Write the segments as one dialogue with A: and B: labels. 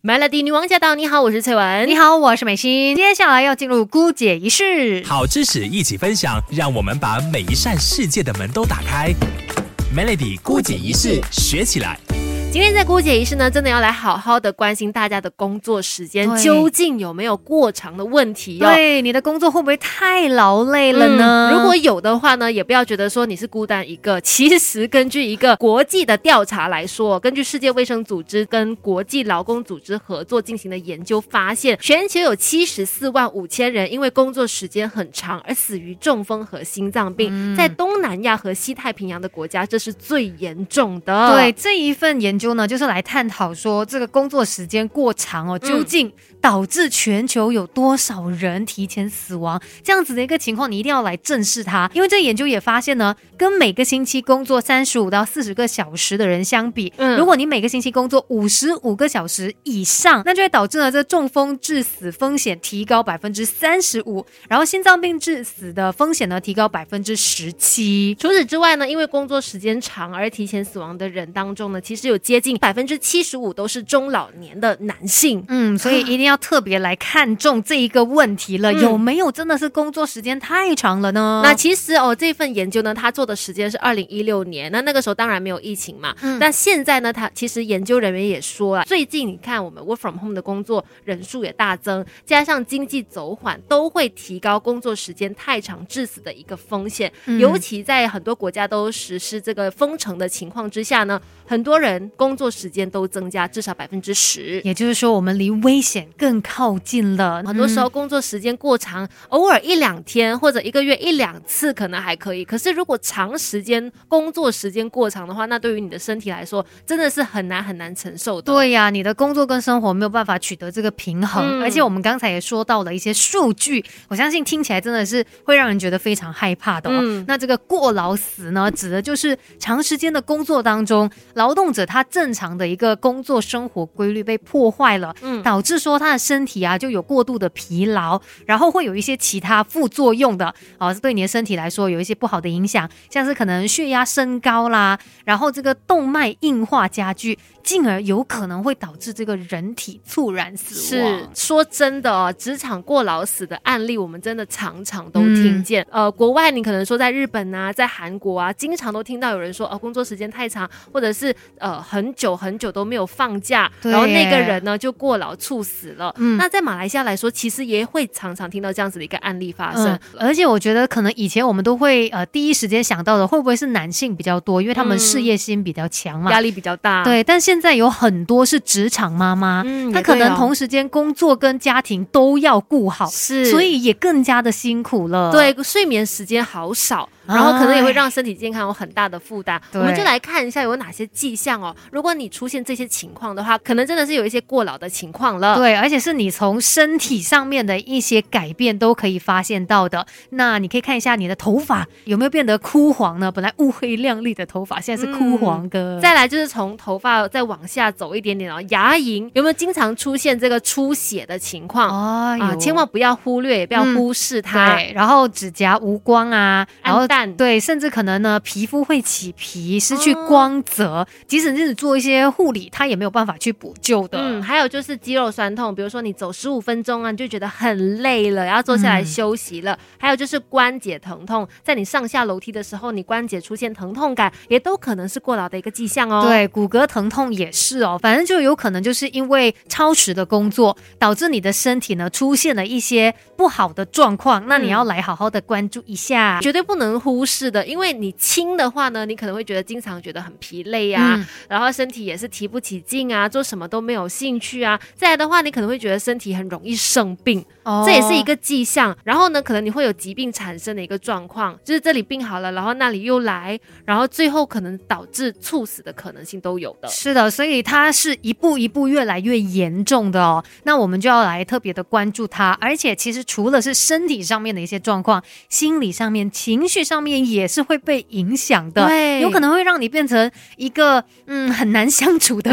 A: Melody 女王驾到！你好，我是翠文。
B: 你好，我是美心。接下来要进入姑姐仪式。
C: 好知识一起分享，让我们把每一扇世界的门都打开。Melody 姑姐仪式学起来。
A: 今天在姑姐仪式呢，真的要来好好的关心大家的工作时间
B: 对
A: 究竟有没有过长的问题哦。
B: 对，你的工作会不会太劳累了呢？
A: 嗯如果有的话呢，也不要觉得说你是孤单一个。其实根据一个国际的调查来说，根据世界卫生组织跟国际劳工组织合作进行的研究发现，全球有七十四万五千人因为工作时间很长而死于中风和心脏病，
B: 嗯
A: 在东南亚和西太平洋的国家，这是最严重的。
B: 对，这一份研究呢，就是来探讨说这个工作时间过长哦，究竟导致全球有多少人提前死亡这样子的一个情况，你一定要来正视它。因为这个研究也发现呢，跟每个星期工作三十五到四十个小时的人相比，
A: 嗯
B: 如果你每个星期工作五十五个小时以上，那就会导致呢这中风致死风险提高百分之三十五，然后心脏病致死的风险呢提高百分之十七。
A: 除此之外呢，因为工作时间长而提前死亡的人当中呢，其实有接近百分之七十五都是中老年的男性。
B: 嗯，所以
A: 啊
B: 一定要特别来看重这一个问题了，有没有真的是工作时间太长了呢？
A: 嗯那其实哦，这份研究呢，他做的时间是二零一六年，那那个时候当然没有疫情嘛。
B: 嗯
A: 但现在呢，他其实研究人员也说了，最近你看我们 work from home 的工作人数也大增，加上经济走缓，都会提高工作时间太长致死的一个风险。
B: 嗯
A: 尤其在很多国家都实施这个封城的情况之下呢，很多人工作时间都增加至少百分之十。
B: 也就是说，我们离危险更靠近了。
A: 很多时候
B: 嗯
A: 工作时间过长，偶尔一两天或者一个月一两次可能还可以。可是如果长时间工作时间过长的话，那对于你的身体来说真的是很难很难承受的。
B: 对呀、你的工作跟生活没有办法取得这个平衡，
A: 嗯
B: 而且我们刚才也说到了一些数据，我相信听起来真的是会让人觉得非常害怕的、哦。
A: 嗯
B: 那这个过劳死呢，指的就是长时间的工作当中，劳动者他正常的一个工作生活规律被破坏了，
A: 嗯
B: 导致说他的身体啊就有过度的疲劳，然后会有一些其他副作用的，啊，对你的身体来说有一些不好的影响，像是可能血压升高啦，然后这个动脉硬化加剧，进而有可能会导致这个人体猝然死亡。
A: 是说真的哦，职场过劳死的案例，我们真的常常都听见。
B: 嗯
A: 呃，国外你可能说在日本啊，在韩国啊，经常都听到有人说，哦、工作时间太长，或者是呃很久很久都没有放假，
B: 对
A: 然后那个人呢就过劳猝死了。
B: 嗯
A: 那在马来西亚来说，其实也会常常听到这样子的一个案例发生。
B: 嗯，而且我觉得可能以前我们都会呃第一时间想到的会不会是男性比较多，因为他们
A: 嗯
B: 事业心比较强嘛。
A: 压力比较大，，
B: 对，但现在有很多是职场妈妈，
A: 嗯
B: 她
A: 也
B: 可
A: 对
B: 能
A: 哦
B: 同时间工作跟家庭都要顾好，
A: 是，
B: 所以也更加的辛苦了。，
A: 对，睡眠时间好少，然后可能也会让身体健康有很大的负担。我
B: 啊对
A: 们就来看一下有哪些迹象哦。如果你出现这些情况的话，可能真的是有一些过劳的情况了。
B: 对，而且是你从身体上面的一些改变都可以发现到的。那你可以看一下你的头发有没有变得枯黄呢？本来乌黑亮丽的头发，现在是
A: 嗯
B: 枯黄的。
A: 再来就是从头发再往下走一点点哦，牙龈有没有经常出现这个出血的情况、
B: 哦
A: 啊？千万不要忽略，也不要
B: 嗯
A: 忽视它。
B: 对，然后指甲无光啊，然后
A: 暗淡
B: 对，甚至可能呢皮肤会起皮，失去
A: 哦
B: 光泽，即使是做一些护理，它也没有办法去补救的。
A: 嗯，还有就是肌肉酸痛，比如说你走十五分钟啊，你就觉得很累了，然后坐下来
B: 嗯
A: 休息了。还有就是关节疼痛，在你上下楼梯的时候，你关节出现疼痛感，也都可能是过劳的一个迹象哦。，
B: 对，骨骼疼痛也是哦，反正就有可能就是因为超时的工作，导致你的身体呢出现了一些不好的状况，那你
A: 嗯
B: 要来好好的关注一下。
A: 绝对不能忽视的，因为你轻的话呢，你可能会觉得经常觉得很疲累呀、
B: 嗯
A: 然后身体也是提不起劲啊，做什么都没有兴趣啊。再来的话，你可能会觉得身体很容易生病，
B: 哦
A: 这也是一个迹象。然后呢，可能你会有疾病产生的一个状况，就是这里病好了，然后那里又来，然后最后可能导致猝死的可能性都有的。
B: 是的，所以它是一步一步越来越严重的哦。那我们就要来特别的关注它，而且其实除了是身体上面的一些状况，心理上面、情绪上面也是会被影响的，
A: 对
B: 有可能会让你变成一个嗯很难相处的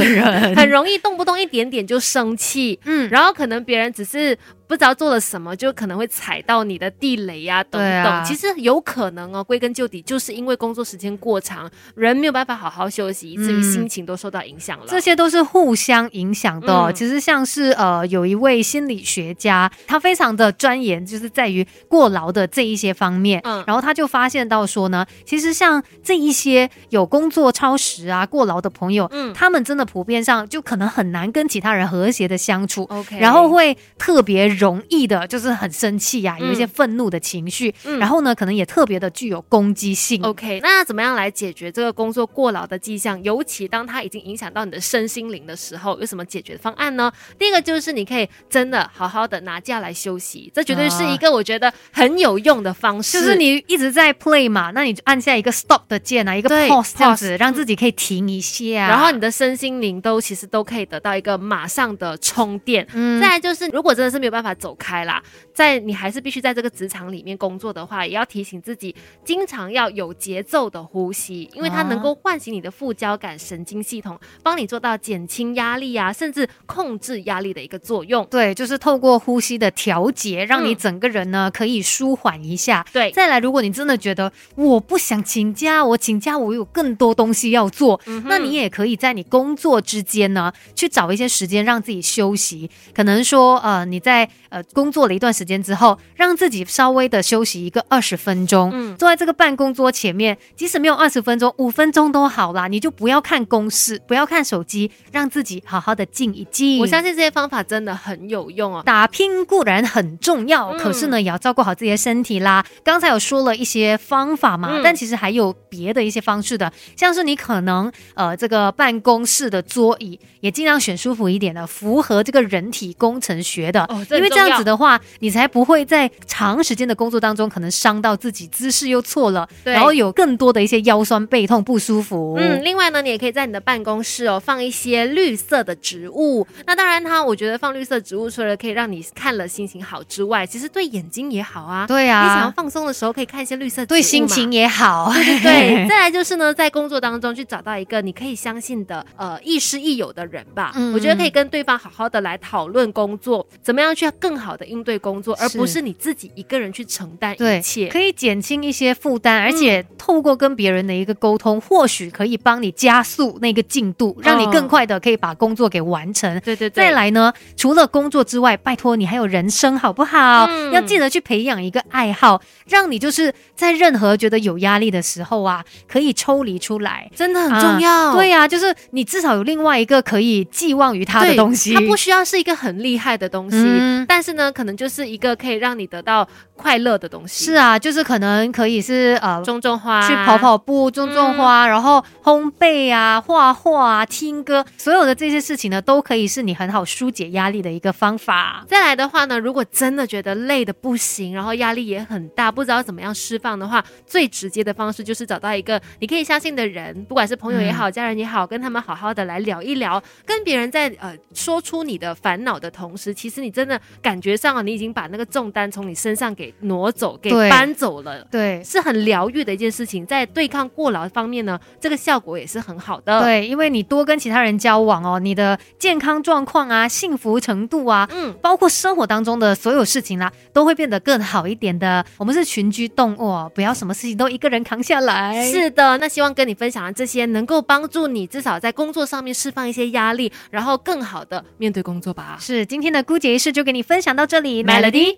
B: 人，
A: 很容易动不动一点点就生气，
B: 嗯
A: 然后可能别人只是不知道做了什么，就可能会踩到你的地雷呀、等
B: 对
A: 等。
B: 啊
A: 其实有可能哦，归根究底，就是因为工作时间过长，人没有办法好好休息，以至于
B: 嗯
A: 心情都受到影响了。
B: 这些都是互相影响的、哦。
A: 嗯
B: 其实像是呃，有一位心理学家，他非常的钻研，就是在于过劳的这一些方面。
A: 嗯
B: 然后他就发现到说呢，其实像这一些有工作超时啊、过劳的朋友，
A: 嗯
B: 他们真的普遍上就可能很难跟其他人和谐的相处。
A: ，OK，
B: 然后会特别容易的，就是很生气呀、
A: 嗯
B: 有一些愤怒的情绪，
A: 嗯
B: 然后呢，可能也特别的具有攻击性。
A: OK，那怎么样来解决这个工作过劳的迹象？尤其当它已经影响到你的身心灵的时候，有什么解决方案呢？第一个就是你可以真的好好的拿假来休息，这绝对是一个我觉得很有用的方式。
B: 啊就是你一直在 play 嘛，那你就按下一个 stop 的键啊，一个
A: 对
B: pause 这样
A: pause，
B: 子，让自己可以停一啊下。
A: 然后你的身心灵都其实都可以得到一个马上的充电。
B: 嗯
A: 再来就是，如果真的是没有办法走开啦，在你还是必须在这个职场里面工作的话，也要提醒自己，经常要有节奏的呼吸，因为它
B: 啊
A: 能够唤醒你的副交感神经系统，帮你做到减轻压力啊，甚至控制压力的一个作用。
B: 对，就是透过呼吸的调节，让你
A: 嗯
B: 整个人呢可以舒缓一下。
A: 对
B: 再来，如果你真的觉得我不想请假，我请假我有更多东西要做，
A: 嗯
B: 那你也可以在你工作之间呢，去找一些时间让自己休息。可能说，呃，你在呃工作了一段时间之后，让自己稍微的休息一个二十分钟，
A: 嗯
B: 坐在这个办公桌前面，即使没有二十分钟，五分钟都好啦，你就不要看公式，不要看手机，让自己好好的静一静。
A: 我相信这些方法真的很有用哦。
B: 打拼固然很重要，
A: 嗯
B: 可是呢，也要照顾好自己的身体啦。刚才有说了一些方法嘛，
A: 嗯
B: 但其实还有别的一些方式的，像是你可能呃这个办公室的桌椅也尽量选舒服一点的，符合这个人体工程学的。
A: 哦，
B: 因为这样子
A: 的，
B: 的话，你才不会在长时间的工作当中可能伤到自己，姿势又错了，
A: 对
B: 然后有更多的一些腰酸背痛不舒服。
A: 嗯，另外呢，你也可以在你的办公室哦放一些绿色的植物。那当然它我觉得放绿色植物除了可以让你看了心情好之外，其实对眼睛也好啊。
B: 对
A: 你想要
B: 啊，
A: 放松的时候，可以看一些绿色植物嘛
B: 对心情也好。
A: 对，再来就是呢，在工作当中去找到一个你可以相信的，呃，亦师亦友的人吧。
B: 嗯
A: 我觉得可以跟对方好好的来讨论工作，怎么样去更好的应对工作，而
B: 是
A: 不是你自己一个人去承担
B: 对
A: 一切。嗯
B: 可以减轻一些负担，而且透过跟别人的一个沟通，或许可以帮你加速那个进度，让你更快的可以把工作给完成。
A: 对对对，
B: 再来呢，除了工作之外，拜托你还有人生好不好？
A: 嗯
B: 要记得去培养一个爱好，让你就是在任何觉得有压力的时候啊，可以抽离出来。
A: 真的很重要。
B: 对呀、就是你至少有另外一个可以寄望于他的
A: 对
B: 东西。
A: 它不需要是一个很厉害的东西，
B: 嗯
A: 但是呢，可能就是一个可以让你得到快乐的东西。
B: 是啊，就是可能可以是呃
A: 种种花，嗯
B: 去跑。跑步、种种花，然后烘焙啊、画画啊、听歌，所有的这些事情呢，都可以是你很好疏解压力的一个方法。
A: 再来的话呢，如果真的觉得累的不行，然后呃压力也很大，不知道怎么样释放的话，最直接的方式就是找到一个你可以相信的人，不管是朋友也好，家人也好，跟他们好好的来聊一聊，跟别人在呃说出你的烦恼的同时，其实你真的感觉上啊，你已经把那个重担从你身上给挪走、给
B: 对
A: 搬走了。
B: 对。
A: 是很疗愈的一件事情，在对抗过劳方面呢，这个效果也是很好的。，
B: 对，因为你多跟其他人交往哦，你的健康状况啊、幸福程度啊，
A: 嗯，
B: 包括生活当中的所有事情啦、啊都会变得更好一点的。我们是群居动物、哦，不要什么事情都一个人扛下来。
A: 是的，那希望跟你分享的这些能够帮助你，至少在工作上面释放一些压力，然后更好的面对工作吧。
B: 是，今天的姑姐仪式就给你分享到这里
A: Melody。